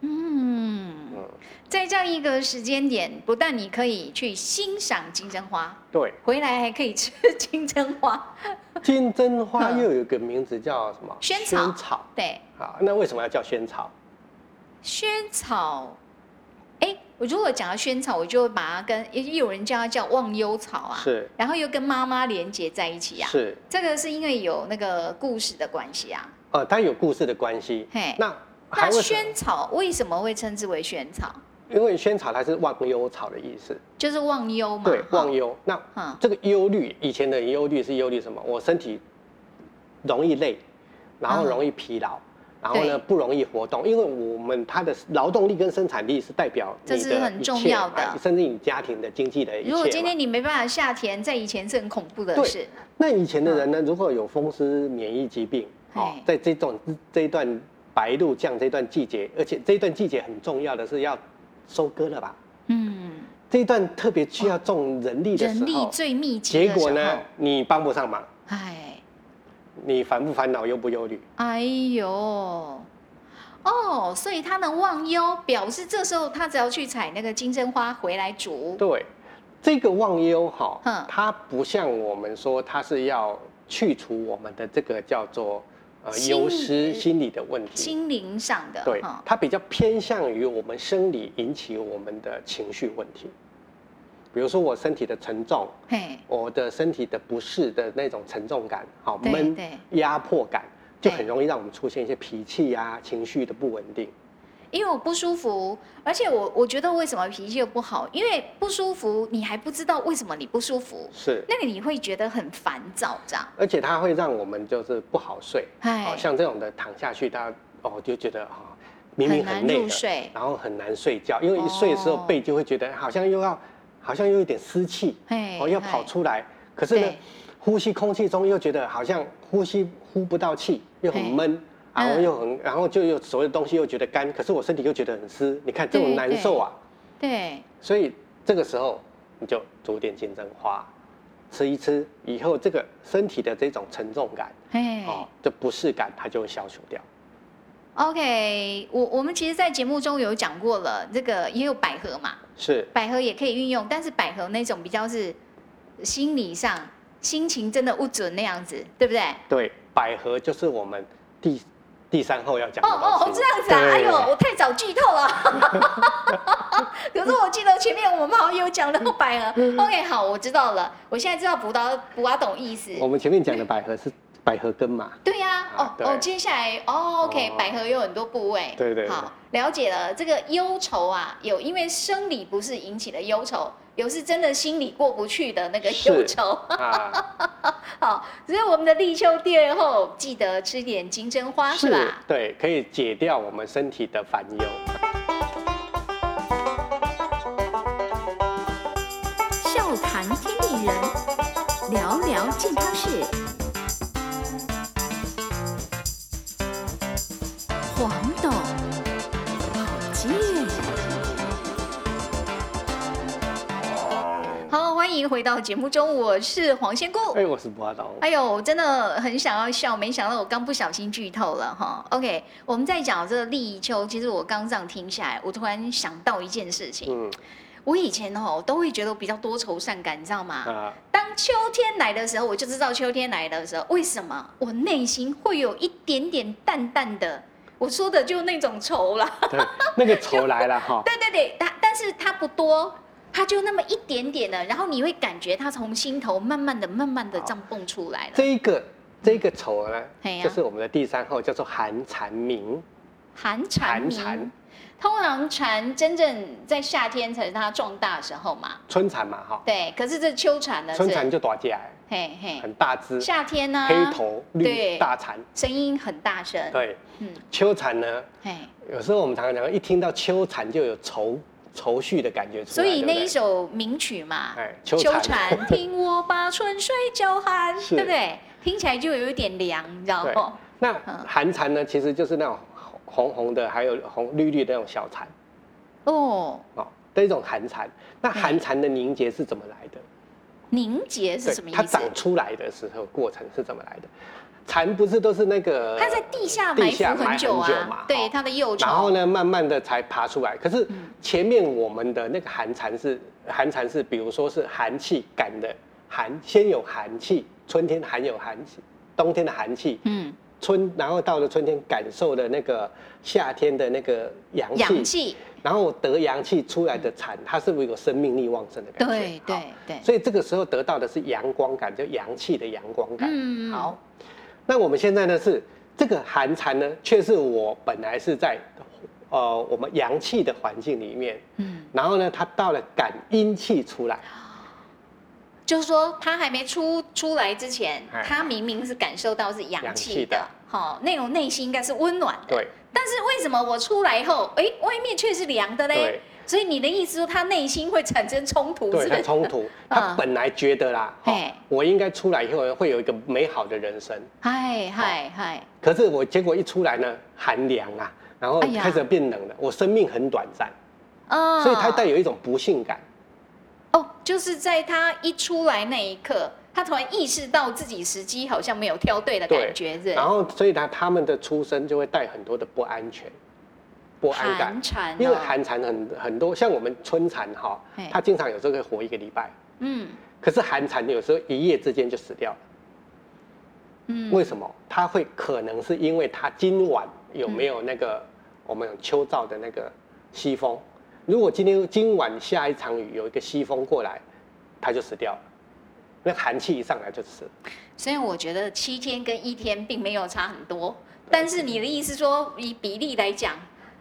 Speaker 1: 嗯，
Speaker 3: 嗯，
Speaker 1: 在这样一个时间点，不但你可以去欣赏金针花，
Speaker 3: 对，
Speaker 1: 回来还可以吃金针花。
Speaker 3: 金针花
Speaker 1: 嗯
Speaker 3: 又有一个名字叫什么？
Speaker 1: 萱草
Speaker 3: 萱草
Speaker 1: 对，
Speaker 3: 啊，那为什么要叫萱草？
Speaker 1: 萱草，哎，我如果讲到萱草，我就会把它跟，也也有人叫它叫忘忧草啊，，
Speaker 3: 是
Speaker 1: 然后又跟妈妈连接在一起啊。
Speaker 3: 是，
Speaker 1: 这个是因为有那个故事的关系啊，
Speaker 3: 呃，它有故事的关系。
Speaker 1: 嘿。
Speaker 3: 那还
Speaker 1: 那
Speaker 3: 为什么？
Speaker 1: 萱草为什么会称之为萱草？
Speaker 3: 因为萱草它是忘忧草的意思，
Speaker 1: 就是忘忧嘛。
Speaker 3: 对
Speaker 1: 哈，
Speaker 3: 忘。忧。那
Speaker 1: 嗯，
Speaker 3: 这个忧虑，以前的忧虑是忧虑什么？我身体容易累，然后
Speaker 1: 嗯
Speaker 3: 容易疲劳，然后
Speaker 1: 对
Speaker 3: 呢不容易活动，因为我们它的劳动力跟生产力是代表你的
Speaker 1: 这是很
Speaker 3: 一切
Speaker 1: 重要的
Speaker 3: 哎甚至你家庭的经济的一切嘛。
Speaker 1: 如果今天你没办法下田，在以前是很恐怖的
Speaker 3: 对
Speaker 1: 事。
Speaker 3: 那以前的人呢，如果有风湿免疫疾病，哦
Speaker 1: 嗯嘿，
Speaker 3: 在这种这一段白露降这段季节，而且这一段季节很重要的是要收割了吧？
Speaker 1: 嗯，
Speaker 3: 这一段特别需要种人力
Speaker 1: 哦
Speaker 3: 的时
Speaker 1: 人力
Speaker 3: 候，
Speaker 1: 最密集
Speaker 3: 结
Speaker 1: 的时
Speaker 3: 果
Speaker 1: 候。
Speaker 3: 呢，你帮不上忙，
Speaker 1: 哎，
Speaker 3: 你烦不烦恼，忧不忧虑？
Speaker 1: 哎呦，哦，所以他能忘忧，表示这时候他只要去采那个金针花回来煮。
Speaker 3: 对，这个忘忧哈
Speaker 1: 嗯，
Speaker 3: 它不像我们说它是要去除我们的这个叫做呃
Speaker 1: 心理
Speaker 3: 忧思心理的问题，
Speaker 1: 心灵上的，
Speaker 3: 对
Speaker 1: 哈，
Speaker 3: 它比较偏向于我们生理引起我们的情绪问题，比如说我身体的沉重，
Speaker 1: 嘿，
Speaker 3: 我的身体的不适的那种沉重感，好
Speaker 1: 对
Speaker 3: 闷
Speaker 1: 对，
Speaker 3: 压迫感。就
Speaker 1: 对
Speaker 3: 很容易让我们出现一些脾气啊、情绪的不稳定。
Speaker 1: 因为我不舒服，而且我我觉得为什么脾气又不好，因为不舒服，你还不知道为什么你不舒服，
Speaker 3: 是，
Speaker 1: 那个你会觉得很烦躁，这样。
Speaker 3: 而且它会让我们就是不好睡，
Speaker 1: 哎
Speaker 3: 哦，，像这种的躺下去，大家哦就觉得哦，明明
Speaker 1: 很
Speaker 3: 很
Speaker 1: 难
Speaker 3: 累
Speaker 1: 入
Speaker 3: 了，
Speaker 1: 睡
Speaker 3: 然后很难睡觉，因为一睡的时候
Speaker 1: 哦
Speaker 3: 背就会觉得哎好像又要，好像又有点湿气，
Speaker 1: 哎
Speaker 3: 哦要跑出来，可是呢
Speaker 1: 对，
Speaker 3: 呼吸空气中又觉得好像呼吸呼不到气，又很闷。然后
Speaker 1: 哎嗯
Speaker 3: 又很，然后就有所有的东西又觉得干，可是我身体又觉得很湿，你看这
Speaker 1: 对
Speaker 3: 种难受啊，
Speaker 1: 对，
Speaker 3: 所以这个时候你就煮点金针花，吃一吃，以后这个身体的这种沉重感，
Speaker 1: 哎、
Speaker 3: 哦，这不适感它就会消除掉。
Speaker 1: OK，我我们其实，在节目中有讲过了，这个也有百合嘛，
Speaker 3: 是，
Speaker 1: 百合也可以运用，但是百合那种比较是心理上心情真的不准那样子，对不对？
Speaker 3: 对，百合就是我们第第三后要讲
Speaker 1: 哦
Speaker 3: 的
Speaker 1: 哦哦
Speaker 3: 东，西。
Speaker 1: 这样子啊！
Speaker 3: 对
Speaker 1: 哎呦，我太早剧透了。 可是我记得前面我们好像有讲到百合。OK，好，我知道了，我现在知道补刀补阿懂意思。
Speaker 3: 我们前面讲的百合是百合根嘛，
Speaker 1: 对呀、
Speaker 3: 啊
Speaker 1: 哦
Speaker 3: 对
Speaker 1: 哦，接下来哦，OK，
Speaker 3: 哦
Speaker 1: 百合有很多部位，
Speaker 3: 对对对
Speaker 1: 好，了解了。这个忧愁啊，有因为生理不是引起的忧愁，有是真的心里过不去的那个忧
Speaker 3: 是
Speaker 1: 愁。
Speaker 3: 啊，
Speaker 1: 好，所以我们的立秋第二后，记得吃点金针花是吧？
Speaker 3: 对，可以解掉我们身体的烦忧。
Speaker 4: 笑谈天地人，聊聊健康事。黄董，保健。
Speaker 1: 好，欢迎回到节目中，我是黄仙姑。
Speaker 3: 哎，我是不阿刀。
Speaker 1: 哎呦，我真的很想要笑，没想到我刚不小心剧透了哈。OK，我们在讲这个立秋，其实我刚这样听下来，我突然想到一件事情，
Speaker 3: 嗯
Speaker 1: 我以前哦都会觉得我比较多愁善感，你知道吗？
Speaker 3: 啊，
Speaker 1: 当秋天来的时候，我就知道秋天来的时候，为什么我内心会有一点点淡淡的，我说的就那种愁啦。
Speaker 3: 对，那个愁来了哈。
Speaker 1: 对对对，它但是它不多，它就那么一点点的，然后你会感觉它从心头慢慢的、慢慢的这样蹦出来了。
Speaker 3: 这一个这一个愁呢
Speaker 1: 嘿，呀
Speaker 3: 就是我们的第三后叫做寒蝉鸣。
Speaker 1: 寒蝉鸣
Speaker 3: 寒蝉
Speaker 1: 通常蝉真正在夏天才是它壮大的时候嘛，
Speaker 3: 春蝉嘛哈，
Speaker 1: 对。可是这秋蝉呢？
Speaker 3: 春
Speaker 1: 是
Speaker 3: 蝉就短起来，
Speaker 1: 嘿嘿，
Speaker 3: 很大只，
Speaker 1: 夏天呢、
Speaker 3: 黑头绿
Speaker 1: 对
Speaker 3: 大蝉。
Speaker 1: 声音很大声，
Speaker 3: 对，
Speaker 1: 嗯，
Speaker 3: 秋蝉呢，
Speaker 1: 嘿。
Speaker 3: 有时候我们常常讲，一听到秋蝉就有愁愁绪的感觉出来。
Speaker 1: 所以
Speaker 3: 对不
Speaker 1: 那
Speaker 3: 对
Speaker 1: 一首名曲嘛，
Speaker 3: 哎
Speaker 1: 秋
Speaker 3: 秋
Speaker 1: 蝉
Speaker 3: 蝉》
Speaker 1: 听我把春水叫寒，
Speaker 3: 是
Speaker 1: 对不对？听起来就有一点凉，你知道
Speaker 3: 对
Speaker 1: 吗？
Speaker 3: 那
Speaker 1: 嗯
Speaker 3: 寒蝉呢，其实就是那种红红的，还有红绿绿的那种小蝉
Speaker 1: 哦，
Speaker 3: 哦，这种寒蝉。那寒蝉的凝结是怎么来的？
Speaker 1: 凝结是什么意
Speaker 3: 它
Speaker 1: 思
Speaker 3: 长？出来的时候过程是怎么来的？蝉不是都是那个
Speaker 1: 它在地下埋
Speaker 3: 地下
Speaker 1: 伏很久
Speaker 3: 埋很久嘛
Speaker 1: 啊，对，
Speaker 3: 哦
Speaker 1: 它的幼虫。
Speaker 3: 然后？呢，慢慢的才爬出来。可是前面我们的那个寒蝉是寒蝉是，比如说是寒气赶的寒，先有寒气，春天含有寒气，冬天的寒气，
Speaker 1: 嗯，
Speaker 3: 春然后到了春天感受的那个夏天的那个阳气，
Speaker 1: 氧气，
Speaker 3: 然后得阳气出来的蝉，它是不是有生命力旺盛的感觉？
Speaker 1: 对
Speaker 3: 好
Speaker 1: 对对，
Speaker 3: 所以这个时候得到的是阳光感，就阳气的阳光感。
Speaker 1: 嗯
Speaker 3: 好，那我们现在呢是这个寒蝉呢，却是我本来是在呃我们阳气的环境里面，
Speaker 1: 嗯，
Speaker 3: 然后呢它到了感阴气出来，
Speaker 1: 就是说它还没出出来之前，
Speaker 3: 哎
Speaker 1: 它明明是感受到是氧
Speaker 3: 氧
Speaker 1: 气
Speaker 3: 气
Speaker 1: 的
Speaker 3: 的，
Speaker 1: 好，那种内心应该是温暖的。
Speaker 3: 对
Speaker 1: 但是为什么我出来后，哎，外面却是凉的嘞
Speaker 3: 对？
Speaker 1: 所以你的意思说，他内心会产生冲突，
Speaker 3: 对
Speaker 1: 哦是不
Speaker 3: 它
Speaker 1: 是？
Speaker 3: 冲 突，它本来觉得啦，哦
Speaker 1: 嘿
Speaker 3: 我应该出来以后会有一个美好的人生，哦
Speaker 1: 嗨嗨嗨，
Speaker 3: 可是我结果一出来呢寒凉啊，然后
Speaker 1: 哎呀
Speaker 3: 开始变冷了，我生命很短暂，
Speaker 1: 嗯
Speaker 3: 所以它带有一种不幸感。
Speaker 1: 哦，就是在他一出来那一刻，他突然意识到自己时机好像没有挑对的
Speaker 3: 对
Speaker 1: 感觉，是
Speaker 3: 然后，所以呢，他们的出生就会带很多的不安全、不安感
Speaker 1: 寒，蝉哦，
Speaker 3: 因为寒蝉很很多，像我们春蝉哈
Speaker 1: 嘿，
Speaker 3: 它经常有时候可以活一个礼拜，
Speaker 1: 嗯
Speaker 3: 可是寒蝉有时候一夜之间就死掉了。
Speaker 1: 嗯，
Speaker 3: 为什么？它会可能是因为它今晚有没有那个我们有秋燥的那个西风？如果今天今晚下一场雨有一个西风过来，它就死掉了。那寒气一上来就死了。
Speaker 1: 所以我觉得七天跟一天并没有差很多，但是你的意思说以比例来讲，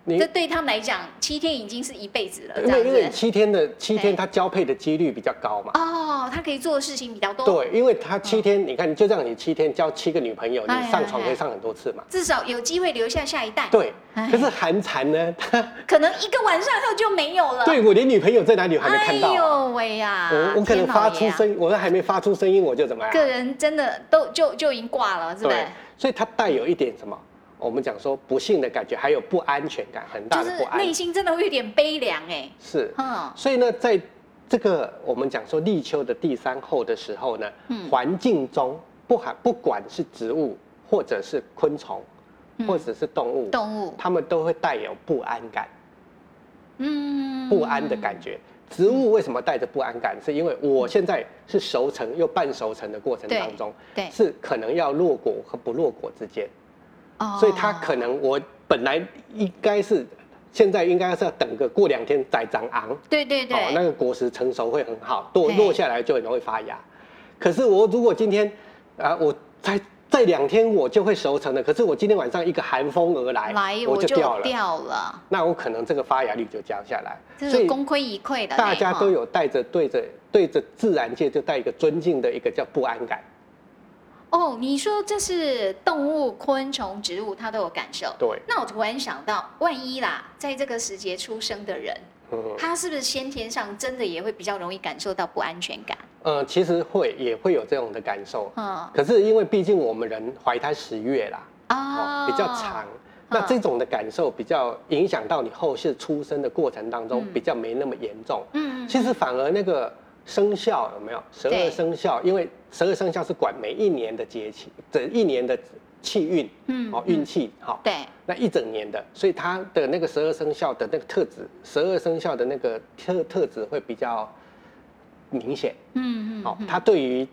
Speaker 3: 你
Speaker 1: 这对他们来讲，七天已经是一辈子了，这
Speaker 3: 因为因为
Speaker 1: 样子。
Speaker 3: 七天的七
Speaker 1: 嘿
Speaker 3: 天，它交配的几率比较高嘛。
Speaker 1: 哦，他可以做的事情比较多，
Speaker 3: 对，因为他七天，你看，就让你七天交七个女朋友，你
Speaker 1: 哦哎呀
Speaker 3: 上床可
Speaker 1: 哎
Speaker 3: 以上很多次嘛。
Speaker 1: 至少有机会留下下一代。，
Speaker 3: 对
Speaker 1: 哎，
Speaker 3: 可是寒蝉呢？他
Speaker 1: 可能一个晚上后就没有了。，
Speaker 3: 对我连女朋友在哪里我还没看
Speaker 1: 哎
Speaker 3: 到啊，
Speaker 1: 呦喂呀、
Speaker 3: 我我可能
Speaker 1: 天老
Speaker 3: 发
Speaker 1: 爷
Speaker 3: 出
Speaker 1: 啊
Speaker 3: 声，我都还没发出声音，我就怎么样？啊
Speaker 1: 个人真的都就就已经挂了，是不是
Speaker 3: 对？，所以它带有一点什么我们讲说不幸的感觉，还有不安全感，很大
Speaker 1: 就是
Speaker 3: 的不安
Speaker 1: 内。心真的会有点悲凉哎，
Speaker 3: 是，
Speaker 1: 嗯，
Speaker 3: 所以呢，在这个我们讲说立秋的第三候的时候呢
Speaker 1: 嗯，
Speaker 3: 环境中不含不管是植物或者是昆虫，
Speaker 1: 嗯
Speaker 3: 或者是动物，
Speaker 1: 动物，
Speaker 3: 它们都会带有不安感、
Speaker 1: 嗯，
Speaker 3: 不安的感觉。植物为什么带着不安感？是因为我现在是熟成又半熟成的过程
Speaker 1: 对
Speaker 3: 当中，
Speaker 1: 对，
Speaker 3: 是可能要落果和不落果之间。
Speaker 1: 哦
Speaker 3: 所以它可能我本来应该是现在应该是要等个过两天再长昂，
Speaker 1: 对对
Speaker 3: 哦，那
Speaker 1: 对，
Speaker 3: 个果实成熟会很好，落
Speaker 1: 对
Speaker 3: 落下来就很容易发芽。可是我如果今天啊、我才再两天我就会熟成了，可是我今天晚上一个寒风而来，
Speaker 1: 来
Speaker 3: 我
Speaker 1: 我
Speaker 3: 就
Speaker 1: 就
Speaker 3: 掉了，
Speaker 1: 掉了，
Speaker 3: 那我可能这个发芽率就降下来。
Speaker 1: 这是功亏一篑的呢，
Speaker 3: 大家都
Speaker 1: 哈
Speaker 3: 有带着对着对着自然界就带一个尊敬的一个叫不安感，
Speaker 1: 哦，你说这是动物、昆虫、植物，它都有感受。
Speaker 3: 对，
Speaker 1: 那我突然想到，万一啦，在这个时节出生的人，
Speaker 3: 嗯。
Speaker 1: 他是不是先天上真的也会比较容易感受到不安全感？
Speaker 3: 呃，其实会也会有这种的感受，
Speaker 1: 嗯
Speaker 3: 可是因为毕竟我们人怀胎十月啦，
Speaker 1: 啊、
Speaker 3: 哦，比较长，
Speaker 1: 嗯
Speaker 3: 那这种的感受比较影响到你后世出生的过程当中
Speaker 1: 嗯
Speaker 3: 比较没那么严重。
Speaker 1: 嗯，嗯，
Speaker 3: 其实反而那个生肖有没有十
Speaker 1: 对
Speaker 3: 二生肖？因为十二生肖是管每一年的节气，整一年的气运，
Speaker 1: 嗯
Speaker 3: 哦，
Speaker 1: 嗯
Speaker 3: 运气好，
Speaker 1: 对，
Speaker 3: 那一整年的，所以它的那个十二生肖的那个特质，十二生肖的那个特特质会比较明显。
Speaker 1: 嗯嗯，
Speaker 3: 好、
Speaker 1: 嗯
Speaker 3: 它对于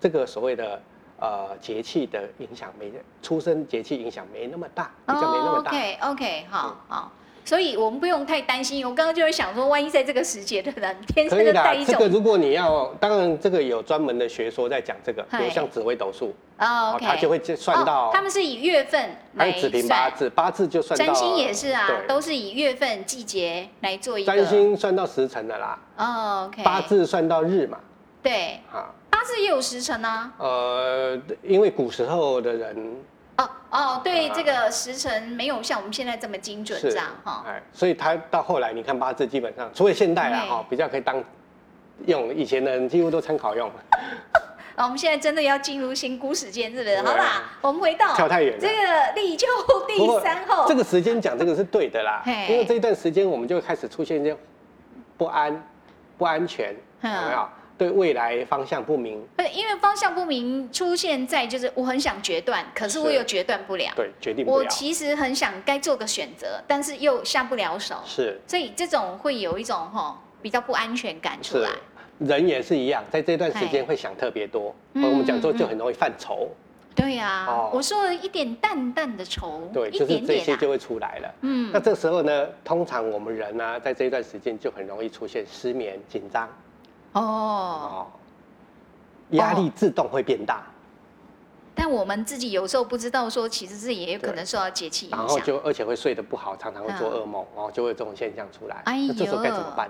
Speaker 3: 这个所谓的呃节气的影响没出生节气影响没那么大，比较没那么大。嗯
Speaker 1: 哦、OK OK，好好。所以我们不用太担心。我刚刚就会想说，万一在这个时节的人天生
Speaker 3: 可以
Speaker 1: 就
Speaker 3: 啦
Speaker 1: 带一，
Speaker 3: 这个
Speaker 1: 种
Speaker 3: 如果你要，当然这个有专门的学说在讲这个，比
Speaker 1: 嗨
Speaker 3: 如像紫微斗数，
Speaker 1: 哦
Speaker 3: 哦
Speaker 1: OK，
Speaker 3: 它就会计算到
Speaker 1: 哦，他们是以月份
Speaker 3: 还
Speaker 1: 来
Speaker 3: 有紫
Speaker 1: 算。
Speaker 3: 平八字，八字就算到
Speaker 1: 占星也是啊，
Speaker 3: 对
Speaker 1: 都是以月份、季节来做一个。
Speaker 3: 占星算到时辰的啦，
Speaker 1: 哦，OK。
Speaker 3: 八字算到日嘛，
Speaker 1: 对，
Speaker 3: 啊，
Speaker 1: 八字也有时辰啊。
Speaker 3: 呃，因为古时候的人
Speaker 1: 哦哦，对，
Speaker 3: 啊
Speaker 1: 这个时辰没有像我们现在这么精准
Speaker 3: 是
Speaker 1: 这样哈。
Speaker 3: 哎，所以他到后来，你看八字基本上，除了现代啦，
Speaker 1: 对
Speaker 3: 哈，比较可以当用，以前的人几乎都参考用，
Speaker 1: 啊，我们现在真的要进入新古时间，是不是？
Speaker 3: 对啊
Speaker 1: 好啦，我们回到
Speaker 3: 跳太远了
Speaker 1: 这个立秋
Speaker 3: 不
Speaker 1: 第
Speaker 3: 过
Speaker 1: 三后，
Speaker 3: 这个时间讲这个是对的啦
Speaker 1: 嘿，
Speaker 3: 因为这一段时间我们就开始出现一些不安、不安全，
Speaker 1: 嗯
Speaker 3: 有没有？对未来方向不明，
Speaker 1: 不是呃因为方向不明，出现在就是我很想决断，可是我
Speaker 3: 是
Speaker 1: 又决断不了。
Speaker 3: 对，决定不
Speaker 1: 我
Speaker 3: 了，
Speaker 1: 其实很想该做个选择，但是又下不了手，
Speaker 3: 是
Speaker 1: 所以这种会有一种吼比较不安全感出
Speaker 3: 是
Speaker 1: 来。。
Speaker 3: 人也是一样，在这段时
Speaker 1: 嘿
Speaker 3: 间会想特别多，
Speaker 1: 嗯
Speaker 3: 我们讲说
Speaker 1: 嗯
Speaker 3: 就很容易犯愁，
Speaker 1: 对呀、
Speaker 3: 哦
Speaker 1: 我说了一点淡淡的愁，
Speaker 3: 对，
Speaker 1: 一
Speaker 3: 就是
Speaker 1: 点
Speaker 3: 这
Speaker 1: 点
Speaker 3: 些
Speaker 1: 啊，
Speaker 3: 就会出来了。
Speaker 1: 嗯
Speaker 3: 那， 这时候呢，通常我们人呢、啊，在这一段时间就很容易出现失眠、紧张
Speaker 1: 哦，
Speaker 3: 哦，压力自动会变大，
Speaker 1: 但我们自己有时候不知道说，其实自己也有可
Speaker 3: 对
Speaker 1: 能受到节气影
Speaker 3: 然后
Speaker 1: 响。嗯
Speaker 3: 就而且会睡得不好，常常会做噩梦，哦，就会有这种现象出来。
Speaker 1: 哎呦
Speaker 3: 那这时候该怎么办？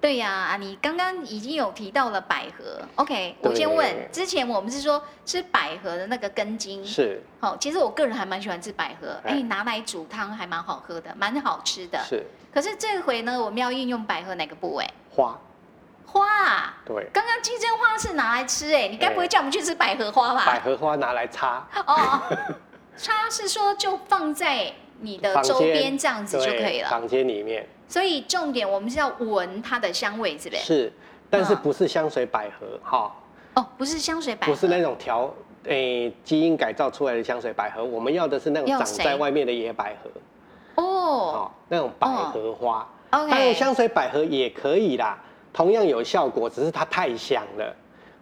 Speaker 1: 对呀、啊，你刚刚已经有提到了百合，OK，
Speaker 3: 对
Speaker 1: 我先问，之前我们是说吃百合的那个根茎，
Speaker 3: 是
Speaker 1: 好、其实我个人还蛮喜欢吃百合，
Speaker 3: 哎
Speaker 1: 哎，拿来煮汤还蛮好喝的，蛮好吃的。
Speaker 3: 是
Speaker 1: 可是这回呢，我们要运用百合哪个部位？
Speaker 3: 花，
Speaker 1: 花、啊，
Speaker 3: 对，
Speaker 1: 刚刚金针花是拿来吃、哎，你该不会
Speaker 3: 哎
Speaker 1: 叫我们去吃百合花吧？
Speaker 3: 百合花拿来擦，
Speaker 1: 哦， 它是说就放在你的
Speaker 3: 房
Speaker 1: 周边
Speaker 3: 间
Speaker 1: 这样子就
Speaker 3: 对
Speaker 1: 可以了。
Speaker 3: 房间里面
Speaker 1: 所以重点我们是要闻它的香味，是不是？
Speaker 3: 是，但是
Speaker 1: 嗯
Speaker 3: 不是香水百合哈，
Speaker 1: 哦，不是香水百合，
Speaker 3: 不是那种调诶基因改造出来的香水百合，我们要的是那种
Speaker 1: 要
Speaker 3: 长
Speaker 1: 谁
Speaker 3: 在外面的野百合。
Speaker 1: 哦。
Speaker 3: 哦，那种百合花。当然，
Speaker 1: OK，
Speaker 3: 香水百合也可以啦，同样有效果，只是它太香了。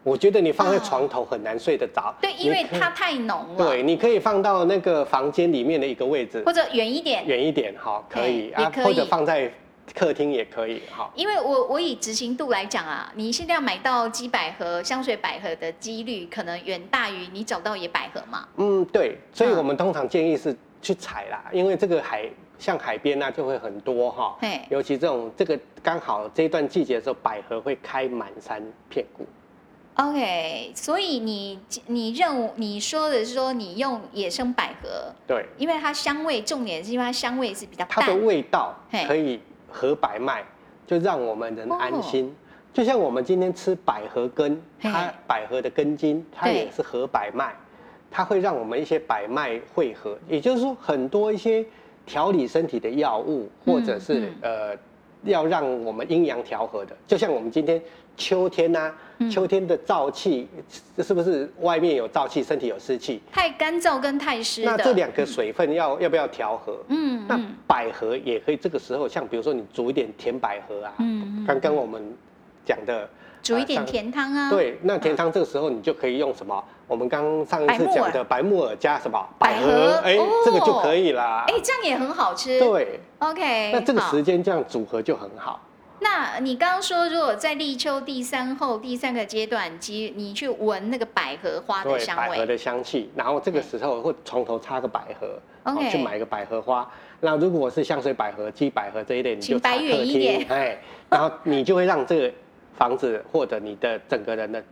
Speaker 3: 我觉得你放在床头很难睡得着。
Speaker 1: 对，因为
Speaker 3: 你可以
Speaker 1: 它太浓了，
Speaker 3: 对，你可以放到那个房间里面的一个位置
Speaker 1: 或，者远一点。
Speaker 3: 远一点哈，可以啊
Speaker 1: 哎也可以
Speaker 3: 或者放在客厅也可以哈。
Speaker 1: 因为我我以执行度来讲啊，你现在要买到鸡百合、香水百合的几率，可能远大于你找到野百合嘛。
Speaker 3: 嗯，对，所以
Speaker 1: 嗯
Speaker 3: 我们通常建议是去采啦，因为这个海像海边啊就会很多哈
Speaker 1: 嘿，
Speaker 3: 尤其这种这个刚好这一段季节的时候，百合会开满山遍谷。
Speaker 1: OK，所以你你认你说的是说你用野生百合，
Speaker 3: 对，
Speaker 1: 因为它香味，重点是因为它香味是比较
Speaker 3: 它
Speaker 1: 淡。
Speaker 3: 的味道
Speaker 1: 嘿
Speaker 3: 可以合百脉，就让我们人安心。就像我们今天吃百合根，
Speaker 1: 哦嘿
Speaker 3: 它百合的根茎，它
Speaker 1: 对
Speaker 3: 也是合百脉。它会让我们一些百脉汇合，也就是说，很多一些调理身体的药物，或者是、
Speaker 1: 嗯
Speaker 3: 呃，要让我们阴阳调和的，就像我们今天秋天呐、
Speaker 1: 嗯
Speaker 3: 秋天的燥气、是不是外面有燥气，身体有湿气？
Speaker 1: 太干燥跟太湿的。
Speaker 3: 那这两个水分要、要不要调和？
Speaker 1: 嗯
Speaker 3: 那
Speaker 1: 嗯
Speaker 3: 百合也可以，这个时候像比如说你煮一点甜百合啊，
Speaker 1: 嗯，嗯
Speaker 3: 刚刚我们讲的
Speaker 1: 煮一
Speaker 3: 呃
Speaker 1: 点
Speaker 3: 像
Speaker 1: 甜汤啊。，
Speaker 3: 对，那甜汤这个时候你就可以用什么？我们刚上一次讲的白木耳加什么？
Speaker 1: 百合
Speaker 3: 哎
Speaker 1: 哦，
Speaker 3: 这个就可以啦。
Speaker 1: 哎，这样也很好吃。
Speaker 3: 啊对，
Speaker 1: ，OK 好。
Speaker 3: 那这个时间这样组合就很好。
Speaker 1: 那你刚刚说，如果在立秋第三后第三个阶段，即你去闻那个百合花的
Speaker 3: 对，
Speaker 1: 香
Speaker 3: 百合
Speaker 1: 味，
Speaker 3: 的香气，然后这个时候会从头插个百合，哦
Speaker 1: OK
Speaker 3: 去买个百合花。那如果是香水百合、鸡百合这一类，你就
Speaker 1: 请摆
Speaker 3: 插客
Speaker 1: 远一
Speaker 3: 厅，
Speaker 1: 点
Speaker 3: 哎，然后你就会让这个房子或者你的整个人的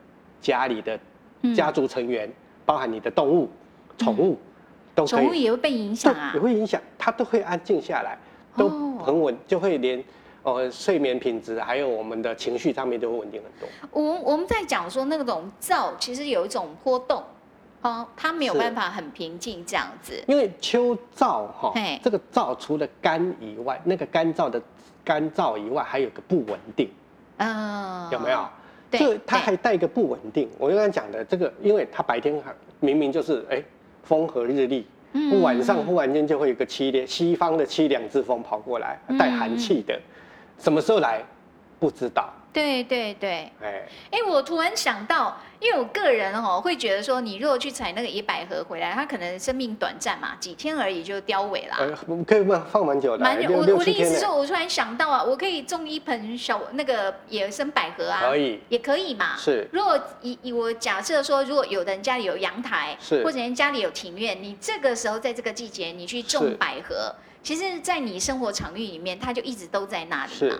Speaker 3: 家里的
Speaker 1: 嗯
Speaker 3: 家族成员，包含你的动物、宠物，都可
Speaker 1: 宠物
Speaker 3: 以
Speaker 1: 也会被影响
Speaker 3: 对，
Speaker 1: 啊
Speaker 3: 也。会影响，它都会安静下来，都
Speaker 1: 哦
Speaker 3: 很稳，就会连呃睡眠品质还有我们的情绪上面都会稳定很多。
Speaker 1: 我我们在讲说那种燥，其实有一种波动，哦，它没有
Speaker 3: 是
Speaker 1: 办法很平静这样子。
Speaker 3: 因为秋燥哈
Speaker 1: 嘿，
Speaker 3: 这个燥除了干以外，那个干燥的干燥以外，还有个不稳定，
Speaker 1: 嗯，
Speaker 3: 有没有？
Speaker 1: 对
Speaker 3: 就它
Speaker 1: 对
Speaker 3: 还带一个不稳定。我刚刚讲的这个，因为它白天很明明就是哎风和日丽，
Speaker 1: 嗯
Speaker 3: 晚上忽然间就会有一个凄凉西方的凄凉之风跑过来，带寒气的，什么时候来不知道，
Speaker 1: 对对对，
Speaker 3: 哎，
Speaker 1: 哎、我突然想到，因为我个人哦会觉得说，你如果去采那个野百合回来，它可能生命短暂嘛，几天而已就凋萎啦。
Speaker 3: 呃，可以吗？放蛮久的，
Speaker 1: 啊蛮久，
Speaker 3: 六
Speaker 1: 我
Speaker 3: 六
Speaker 1: 我的
Speaker 3: 七
Speaker 1: 意
Speaker 3: 天
Speaker 1: 思
Speaker 3: 的
Speaker 1: 是，，我突然想到啊，我可以种一盆小那个野生百合啊，
Speaker 3: 可以
Speaker 1: 也可以嘛。
Speaker 3: 是
Speaker 1: 如果以以我假设说，如果有的人家里有阳台，
Speaker 3: 是
Speaker 1: 或者人家里有庭院，你这个时候在这个季节你去
Speaker 3: 是
Speaker 1: 种百合，其实，在你生活场域里面，它就一直都在那里嘛
Speaker 3: 是。，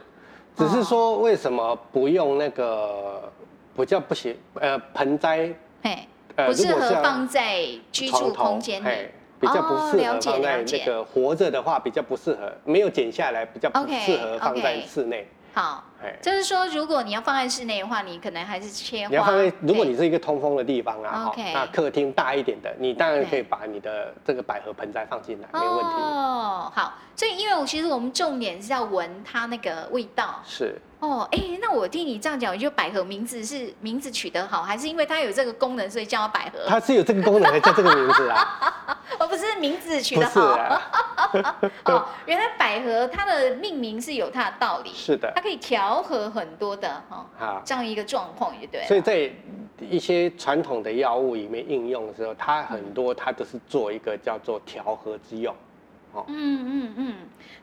Speaker 3: 只是说为什么不用那个不叫不行，呃，盆栽，
Speaker 1: 嘿，
Speaker 3: 呃，
Speaker 1: 不适
Speaker 3: 如果
Speaker 1: 合
Speaker 3: 是要
Speaker 1: 放在居住
Speaker 3: 床头
Speaker 1: 空间里
Speaker 3: 哎。比较不
Speaker 1: 哦
Speaker 3: 适
Speaker 1: 了
Speaker 3: 合
Speaker 1: 解
Speaker 3: 放在
Speaker 1: 了解
Speaker 3: 那个活着的话比较不适合，没有剪下来比较不
Speaker 1: OK，
Speaker 3: 适合放在
Speaker 1: OK
Speaker 3: 室内。
Speaker 1: 好，
Speaker 3: 哎，
Speaker 1: 就是说，如果你要放在室内的话，你可能还是切花。
Speaker 3: 你要放在，如果
Speaker 1: 对
Speaker 3: 你是一个通风的地方啊，
Speaker 1: OK
Speaker 3: 那客厅大一点的，你当然可
Speaker 1: 对
Speaker 3: 以把你的这个百合盆栽放进来，没问题。
Speaker 1: 哦，好，所以因为我其实我们重点是要闻它那个味道。
Speaker 3: 是，
Speaker 1: 哦，哎，那我听你这样讲，我觉得百合名字是名字取得好，还是因为它有这个功能，所以叫它百合？
Speaker 3: 它是有这个功能，还叫这个名字啊？
Speaker 1: 哦，不是名字 取
Speaker 3: 不
Speaker 1: 得
Speaker 3: 是
Speaker 1: 好。
Speaker 3: 啊，
Speaker 1: 哦，原来百合它的命名是有它的道理，
Speaker 3: 是的
Speaker 1: 它可以调和很多的哦，
Speaker 3: 啊。
Speaker 1: 这样一个状况，也对啊了。
Speaker 3: 所以在一些传统的药物里面应用的时候，它很多它都是做一个叫做调和之用。
Speaker 1: 嗯嗯嗯，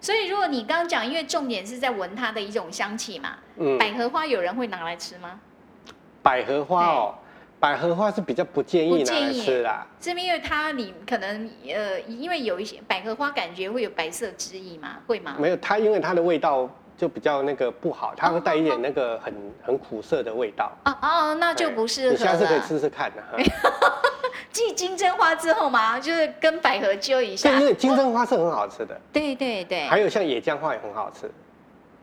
Speaker 1: 所以如果你刚刚讲，因为重点是在闻它的一种香气嘛，
Speaker 3: 嗯，
Speaker 1: 百合花有人会拿来吃吗？
Speaker 3: 百合花哦，百合花是比较不建
Speaker 1: 不
Speaker 3: 议拿
Speaker 1: 建
Speaker 3: 来
Speaker 1: 议
Speaker 3: 吃啦。
Speaker 1: 这边因为它你可能呃，因为有一些百合花感觉会有白色汁液嘛，会吗？
Speaker 3: 没有它，因为它的味道就比较那个不好，它
Speaker 1: 哦
Speaker 3: 会带一
Speaker 1: 哦
Speaker 3: 点那个很很苦涩的味道。
Speaker 1: 哦哦，那就
Speaker 3: 对
Speaker 1: 不适
Speaker 3: 你
Speaker 1: 合
Speaker 3: 下次可以
Speaker 1: 了。
Speaker 3: 试试看 啊。
Speaker 1: 继金针花之后嘛，就是跟百合揪一
Speaker 3: 对，
Speaker 1: 下
Speaker 3: 因。为金针花是很好吃的，
Speaker 1: 对对对，
Speaker 3: 还有像野姜花也很好吃。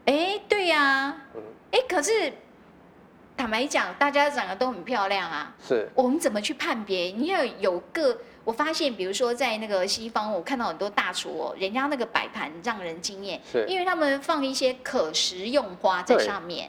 Speaker 1: 哎，对呀、
Speaker 3: 嗯，
Speaker 1: 哎，可是坦白讲，大家长得都很漂亮啊，
Speaker 3: 是
Speaker 1: 我们怎么去判别？你要有个，我发现，比如说在那个西方，我看到很多大厨哦，人家那个摆盘让人惊艳，
Speaker 3: 是
Speaker 1: 因为他们放一些可食用花在
Speaker 3: 对
Speaker 1: 上面，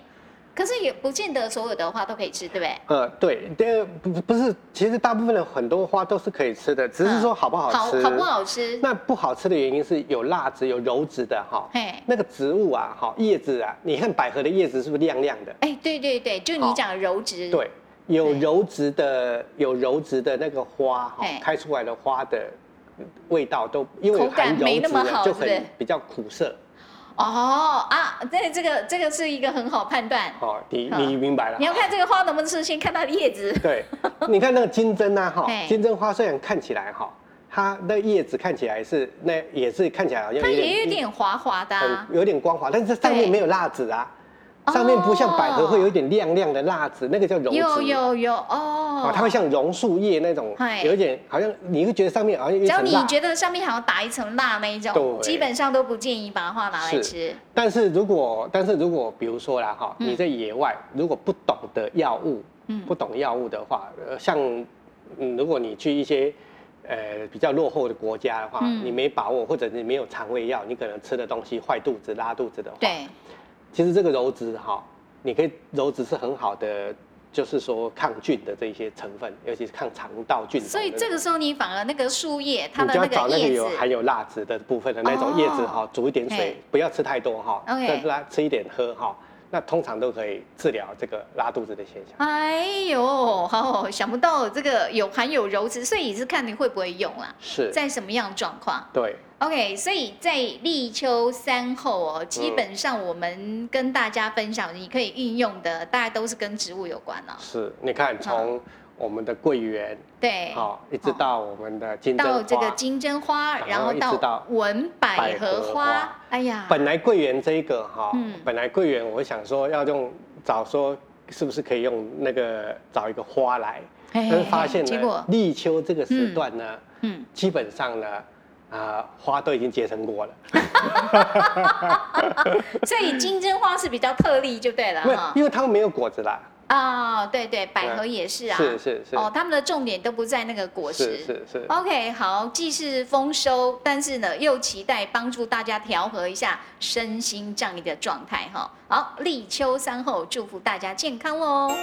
Speaker 1: 可是也不见得所有的花都可以吃，对不对？
Speaker 3: 呃，对，对，不不是，其实大部分的很多花都是可以吃的，只是说好不好
Speaker 1: 好
Speaker 3: 吃。
Speaker 1: 嗯好不好吃？
Speaker 3: 那不好吃的原因是有蜡质、有柔质的哈
Speaker 1: 嘿。
Speaker 3: 那个植物啊，哈，叶子啊，你看百合的叶子是不是亮亮的？
Speaker 1: 哎，对对对，就你
Speaker 3: 好
Speaker 1: 讲的柔质，
Speaker 3: 对，有
Speaker 1: 对
Speaker 3: 柔质的有柔质的那个花哈
Speaker 1: 嘿，
Speaker 3: 开出来的花的味道都因为
Speaker 1: 口
Speaker 3: 有含
Speaker 1: 感
Speaker 3: 柔
Speaker 1: 没
Speaker 3: 质
Speaker 1: 那么
Speaker 3: 的
Speaker 1: 好
Speaker 3: 就是
Speaker 1: 不
Speaker 3: 很
Speaker 1: 是
Speaker 3: 比较苦涩。
Speaker 1: 哦啊，对，这个这个是一个很好判断，
Speaker 3: 哦，你
Speaker 1: 好
Speaker 3: 你明白了
Speaker 1: 你？要看这个花能不能吃，先看它的叶子，
Speaker 3: 对，你看那个金针啊哈
Speaker 1: 嘿，
Speaker 3: 金针花虽然看起来哈，它的叶子看起来是那也是看起来好像
Speaker 1: 它
Speaker 3: 有
Speaker 1: 也
Speaker 3: 点
Speaker 1: 有点滑滑的、啊
Speaker 3: 很，有点光滑，但是上面
Speaker 1: 对
Speaker 3: 没有蜡质啊，上面不像百合
Speaker 1: 哦
Speaker 3: 会有一点亮亮的蜡质，那个叫柔质。
Speaker 1: 有有有哦
Speaker 3: 哦，它会像榕树叶那种
Speaker 1: 嗨，
Speaker 3: 有一点好像你会觉得上面好像有一
Speaker 1: 只要
Speaker 3: 层
Speaker 1: 你
Speaker 3: 蜡。
Speaker 1: 觉得上面好像打一层蜡那一种，
Speaker 3: 对
Speaker 1: 基本上都不建议把花拿来
Speaker 3: 是
Speaker 1: 吃。
Speaker 3: 但是如果但是如果比如说啦哈，
Speaker 1: 嗯
Speaker 3: 你在野外如果不懂得药物，
Speaker 1: 嗯
Speaker 3: 不懂药物的话，呃，像嗯，如果你去一些呃比较落后的国家的话，
Speaker 1: 嗯
Speaker 3: 你没把握，或者你没有肠胃药，你可能吃的东西坏肚子、拉肚子的话，
Speaker 1: 对，
Speaker 3: 其实这个柔质哈，你可以柔质是很好的，就是说抗菌的这一些成分，尤其是抗肠道菌种的。
Speaker 1: 所以这个时候你反而那个树叶，它
Speaker 3: 你
Speaker 1: 的
Speaker 3: 就要找
Speaker 1: 个
Speaker 3: 那个
Speaker 1: 叶子哦
Speaker 3: 有，含有蜡质的部分的那种叶子哈，煮一点
Speaker 1: 嘿
Speaker 3: 水，不要吃太多哈，
Speaker 1: OK
Speaker 3: 再拉吃一点喝哈，那通常都可以治疗这个拉肚子的现象。
Speaker 1: 哎呦，好，想不到这个有含有柔质，所以也是看你会不会用啦，
Speaker 3: 是，
Speaker 1: 在什么样的状况。
Speaker 3: 对，
Speaker 1: OK，所以在立秋三后
Speaker 3: 嗯
Speaker 1: 哦，基本上我们跟大家分享你可以运用的，大概都是跟植物有关了。
Speaker 3: 是，你看从我们的桂圆，
Speaker 1: 对，
Speaker 3: 好，一直到我们的金针
Speaker 1: 哎到这个
Speaker 3: 花。
Speaker 1: 金针花，
Speaker 3: 然
Speaker 1: 然
Speaker 3: 后
Speaker 1: 后
Speaker 3: 一直
Speaker 1: 到
Speaker 3: 到
Speaker 1: 文百
Speaker 3: 百合
Speaker 1: 合花
Speaker 3: 花，
Speaker 1: 哎呀，
Speaker 3: 本来桂圆这一个哈
Speaker 1: 嗯，
Speaker 3: 本来桂圆我想说要用，找说是不是可以用那个找一个花来，
Speaker 1: 嘿
Speaker 3: 但是发现
Speaker 1: 哎结
Speaker 3: 呢
Speaker 1: 果，，
Speaker 3: 立秋这个时段呢，
Speaker 1: 嗯，
Speaker 3: 基本上呢，啊、花都已经结成果了，
Speaker 1: 所以金针花是比较特例就对了
Speaker 3: 没有
Speaker 1: 哈，。
Speaker 3: 因为它们没有果子啦。
Speaker 1: 啊，对对，百合也是啊，
Speaker 3: 是是是，
Speaker 1: 哦，他们的重点都不在那个果实，
Speaker 3: 是是是，
Speaker 1: OK，好，既是丰收，但是呢，又期待帮助大家调和一下身心这样一个状态哈。好，立秋三后，祝福大家健康喽。